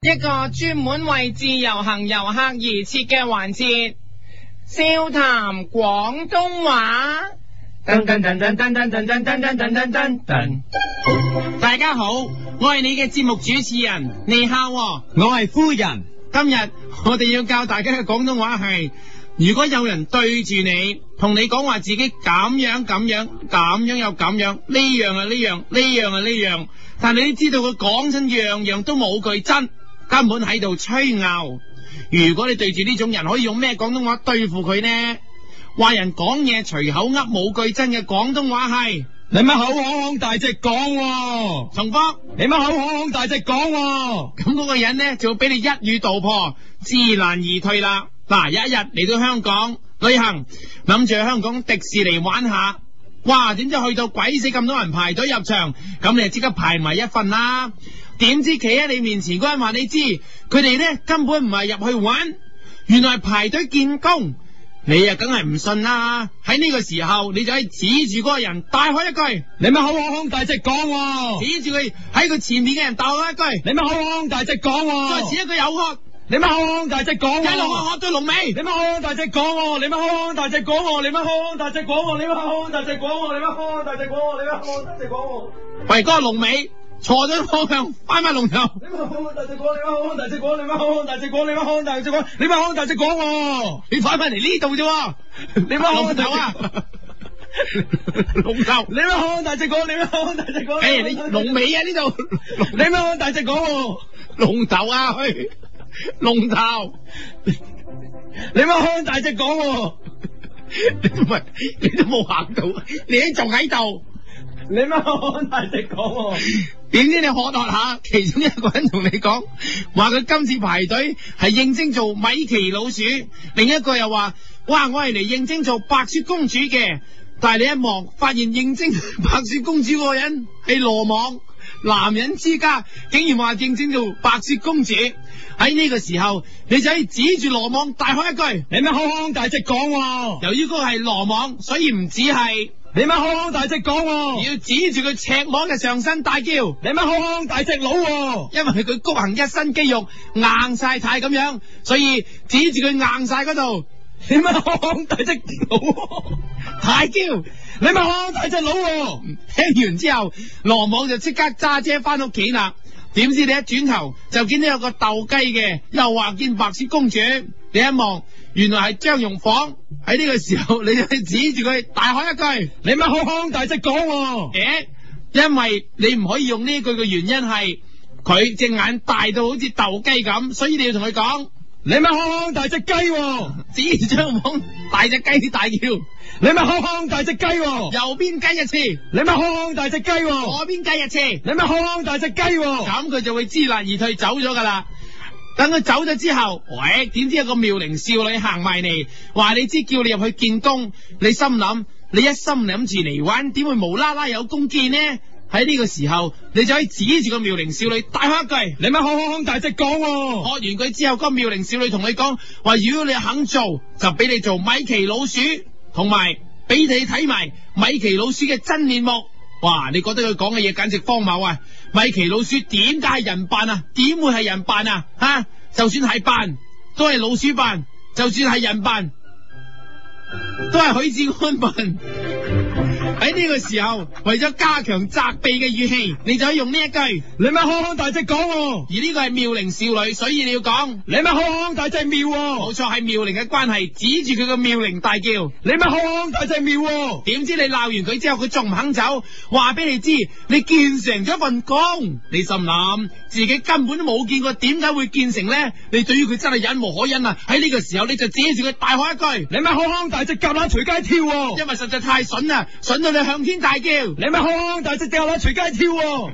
一個專門為自由行遊客而設嘅環節，笑談廣東話。噔噔噔噔噔噔噔噔噔噔噔噔噔。大家好，我係你嘅節目主持人，你好、我係夫人，今日我哋要教大家嘅廣東話係，如果有人對住你，同你講話自己咁樣咁樣咁樣又咁樣，呢樣啊呢樣，呢樣啊呢樣，但你都知道佢講真樣樣都冇句真，根本喺度吹牛。如果你對住呢種人，可以用咩廣東話對付佢呢？話人講嘢隨口噏冇句真嘅廣東話係，你咪口可腔大隻講喎，重複。你咪口可腔大隻講喎，咁嗰個人呢，就會俾你一語道破，知難而退啦。嗱，有一日嚟到香港旅行，諗住去香港迪士尼玩下，哇！點知去到鬼死咁多人排隊入場，咁你即刻排埋一份啦。點知企喺你面前嗰人話你知，佢哋呢根本唔係入去玩，原來係排隊見工。你啊，梗係唔信啦！喺呢個時候，你就喺指住嗰個人大喝一句，你咪口可腔大隻講喎，指住佢喺佢前面嘅人大喝一句，你咪口可腔大隻講再指喎，一句有喝。你咪口可腔大隻講一路喎，我學到龍尾你，咪口可腔大隻講喎，你咪口可腔大隻講喎，你咪口可腔大隻講喎，你咪口可腔大隻講喎，你咪口可腔大隻講喎，你咪口可腔大隻講喎。喂，嗰個龍尾錯咗方向，翻返龍頭。你咪好大隻講，你咪好大隻講，你咪好大隻講，你咪好大隻講，你咪好大隻講喎！你翻返嚟呢度啫喎，你咪好龍大頭啊， 龍頭你。咪好大隻講，你咪好大隻講。誒，你龍尾啊呢度，你咪好大隻講喎！龍頭啊去，龍頭。你咪好大隻講喎！你唔係你都冇行到，你都仲喺度。你咪好大隻講喎！點知你喝落下，其中一個人同你講，話佢今次排隊係應徵做米奇老鼠，另一個又話，哇，我係嚟應徵做白雪公主嘅。但係你一望，發現應徵白雪公主嗰個人係羅網，男人之家竟然話應徵做白雪公主。喺呢個時候，你就可以指住羅網大喝一句。你咪好大隻講喎！由於嗰個係羅網，所以唔止係，你咪好大隻講喎！要指住佢赤網嘅上身大叫。你咪好大隻佬喎！因為佢谷行一身肌肉，硬晒太咁樣，所以指住佢硬晒嗰度，你咪好大隻佬喎！太嬌。你咪好大隻佬喎！聽完之後，羅網就即刻揸車翻屋企啦。點知你一轉頭就見到有個鬥雞嘅，又話見白雪公主。你一望，原來係張容房。喺呢個時候，你就指住佢大喝一句：你咪好大隻講喎！誒！因為你唔可以用呢句嘅原因係佢隻眼大到好似鬥雞咁，所以你要同佢講。你咪好大隻雞喎！指住張網大隻雞大叫，右你咪好大隻雞喎！邊雞一次，你咪好大隻雞喎！左邊雞一次，你咪好大隻雞喎！咁佢就會知難而退走咗噶啦。等佢走咗之後，喂，點知有個妙齡少女行埋嚟，話你知叫你入去見工，你心諗，你一心諗住嚟玩，點會無啦啦有工見呢？喺呢個時候，你就可以指住個妙齡少女大喝一句。你咪好大隻講學喎！完佢之後，嗰個妙齡少女同你講話：如果你肯做，就俾你做米奇老鼠，同埋俾你睇埋米奇老鼠嘅真面目。哇！你覺得佢講嘅嘢簡直荒謬啊！米奇老鼠點解係人扮啊？點會係人扮啊？吓、就算係扮，都係老鼠扮；就算係人扮，都係許志安扮。喺呢個時候，為咗加強責備嘅語氣，你就可以用呢一句。你咪好大隻講喎！而呢個係妙齡少女，所以你要講。你咪好大隻妙喎！冇錯，係妙齡嘅關係，指住佢個妙齡大叫。你咪好大隻妙喎！點知你鬧完佢之後，佢仲唔肯走，話俾你知你建成咗份工。你心諗自己根本都冇見過，點解會建成呢？你對於佢真係忍無可忍啊！喺呢個時候，你就指住佢大喝一句，你咪好大隻蛤乸隨街跳喎！因為實在太筍啦，筍到你向天大叫。你咪好大隻蛤乸隨街跳喎！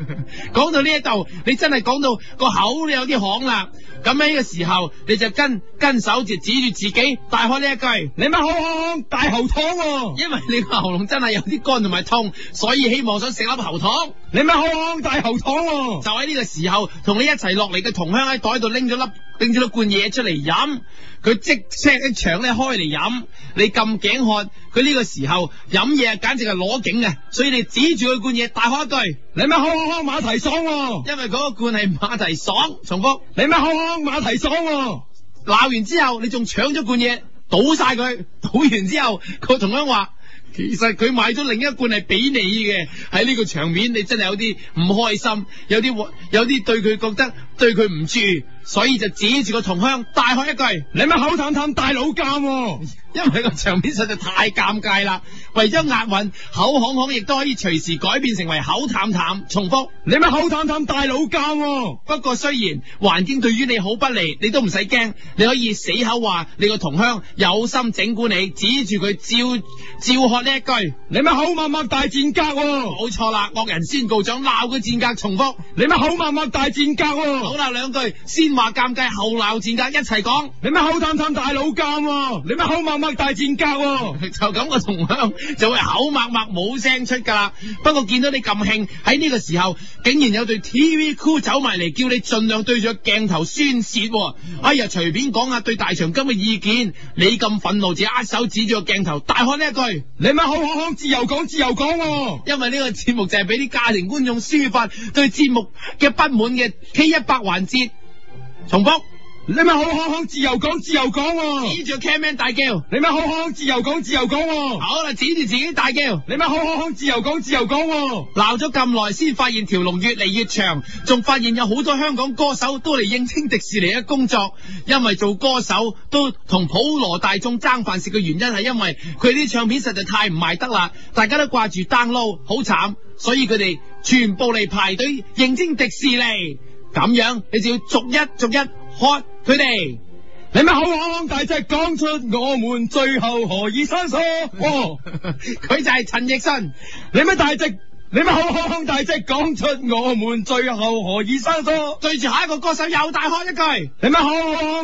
講到呢一度，你真係講到個口都有啲行啦。咁喺呢個時候，你就跟跟手就指住自己大喝呢一句。你咪好大喉糖喎！因為你個喉嚨真係有啲乾同埋痛，所以希望想食粒喉糖。你咪好大喉糖喎！就喺呢個時候，同你一齊落嚟嘅同鄉喺袋度拎咗粒拎咗粒罐嘢出嚟飲，佢即赤一腸咧開嚟飲，你咁頸渴，佢呢個時候飲嘢簡直係攞景嘅，所以你指住佢罐嘢大喝一句。你乜康康康馬蹄爽喎、因為嗰個罐係馬蹄爽，重複你乜康康馬蹄爽喎、鬧完之後，你仲搶咗罐嘢，倒晒佢， 倒完之後，佢同樣話。其實佢買咗另一罐係俾你嘅，喺呢個場面你真係有啲唔開心，有啲有啲對佢覺得對佢唔住，所以就指住個同鄉大喝一句， 你乜口淡淡大佬監喎、因為個場面實在太尷尬啦。為咗押韻，口巷巷亦都可以隨時改變成為口淡淡，重複。你乜口淡淡大佬監喎、不過雖然環境對於你好不利，你都唔使驚，你可以死口話你個同鄉有心整蠱你，指住佢照照喝呢一句，你乜口默默大戰格喎、冇錯啦！惡人先告狀，鬧佢賤格，重複，你乜口默默大戰格喎、好鬧兩句，先話尷尬，後鬧賤格，一齊講。你乜口淡淡大佬監喎、你乜口默默大戰格喎、就咁個同鄉就會口默默冇聲出㗎啦。不過見到你咁興，喺呢個時候竟然有對 TV crew 走埋嚟，叫你盡量對住個鏡頭宣泄喎、哎呀，隨便講下對大長今嘅意見。你咁憤怒，就握手指住個鏡頭，大喝呢一句。你乜口口口自由講自由講喎、因為呢個節目就係俾啲家庭觀眾抒發對節目嘅不滿嘅 K 一百環節。重複，你咪好好好自由講自由講喎、指住個 cameraman 大叫。你咪好好好自由講自由講喎、好啦，指住自己大叫。你咪好好好自由講自由講喎、鬧咗咁耐，先發現條龍越嚟越長，仲發現有好多香港歌手都嚟應徵迪士尼嘅工作，因為做歌手都同普羅大眾爭飯食嘅原因係因為佢啲唱片實在太唔賣得啦，大家都掛住 download，好慘，所以佢哋全部嚟排隊應徵迪士尼，咁樣你就要逐一逐一喝佢哋。 你咪好好好大隻講出我們最後何以生疏哦！佢就係陳奕迅。你咪大隻，你咪好好好大隻講出我們最後何以生疏？對住下一個歌手又大喝一句，你咪好好好，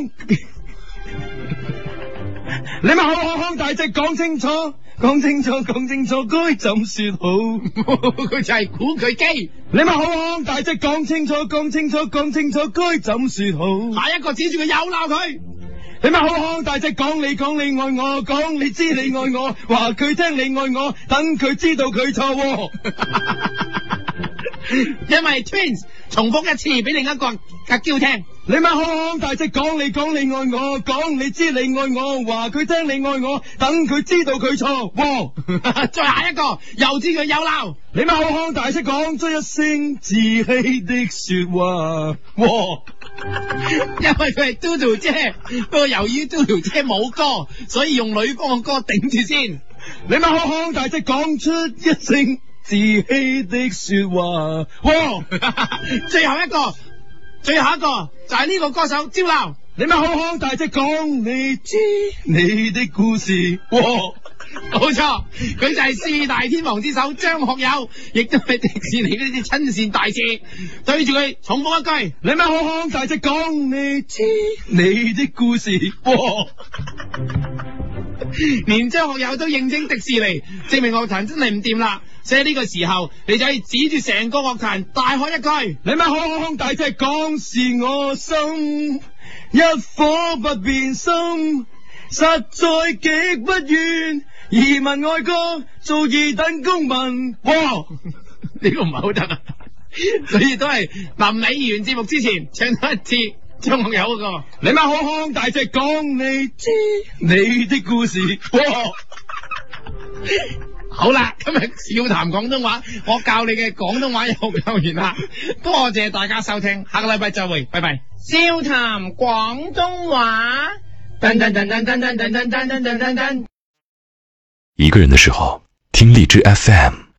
你咪好好好大隻講清楚，講清楚，講清楚該怎說好？ 佢就係古巨基。你咪好好好大隻講清楚，講清楚，講清楚該怎說好？下一個指住佢又鬧佢，你咪好好大隻講你講你愛我，講你知你愛我，話佢聽你愛我，等佢知道佢錯喎。因為 Twins 重複一次俾另一個阿嬌聽，你咪好好大隻講你講你愛我，講你知你愛我，話佢聽你愛我，等佢知道佢錯 喎。再下一個又指佢又鬧，你咪好好大聲講出一聲自欺的說話喎。因為佢係 Dodo 姐，不過由於 Dodo 姐冇歌，所以用女方嘅歌頂住先。 你咪好好大隻講出一聲自欺的說話喎。最後一個，最後一個就係呢個歌手招鬧。你咪好好大隻講你知你的故事喎。冇錯，佢就係四大天王之首張學友，亦都係迪士尼呢啲親善大使。對住佢重複一句，你咪好好大隻講你知你的故事 喎。連張學友都應徵迪士尼，證明樂壇真係唔掂啦。所以呢個時候，你就可以指住成個樂壇大喝一 句。你咪好好大隻講是我心，一顆不變心，實在極不願移民外國做二等公民。哇！呢個唔係好得啊， 所以都係臨尾完節目之前唱多一次張學友嗰、個。你咪好好大隻講你知你的故事。哇！ 好啦，今日笑談廣東話，我教你嘅廣東話又教 完啦，多謝大家收聽，下個禮拜再會，拜拜。笑談廣東話。噔噔噔噔噔噔噔噔噔噔噔噔。一个人的时候，听荔枝 FM。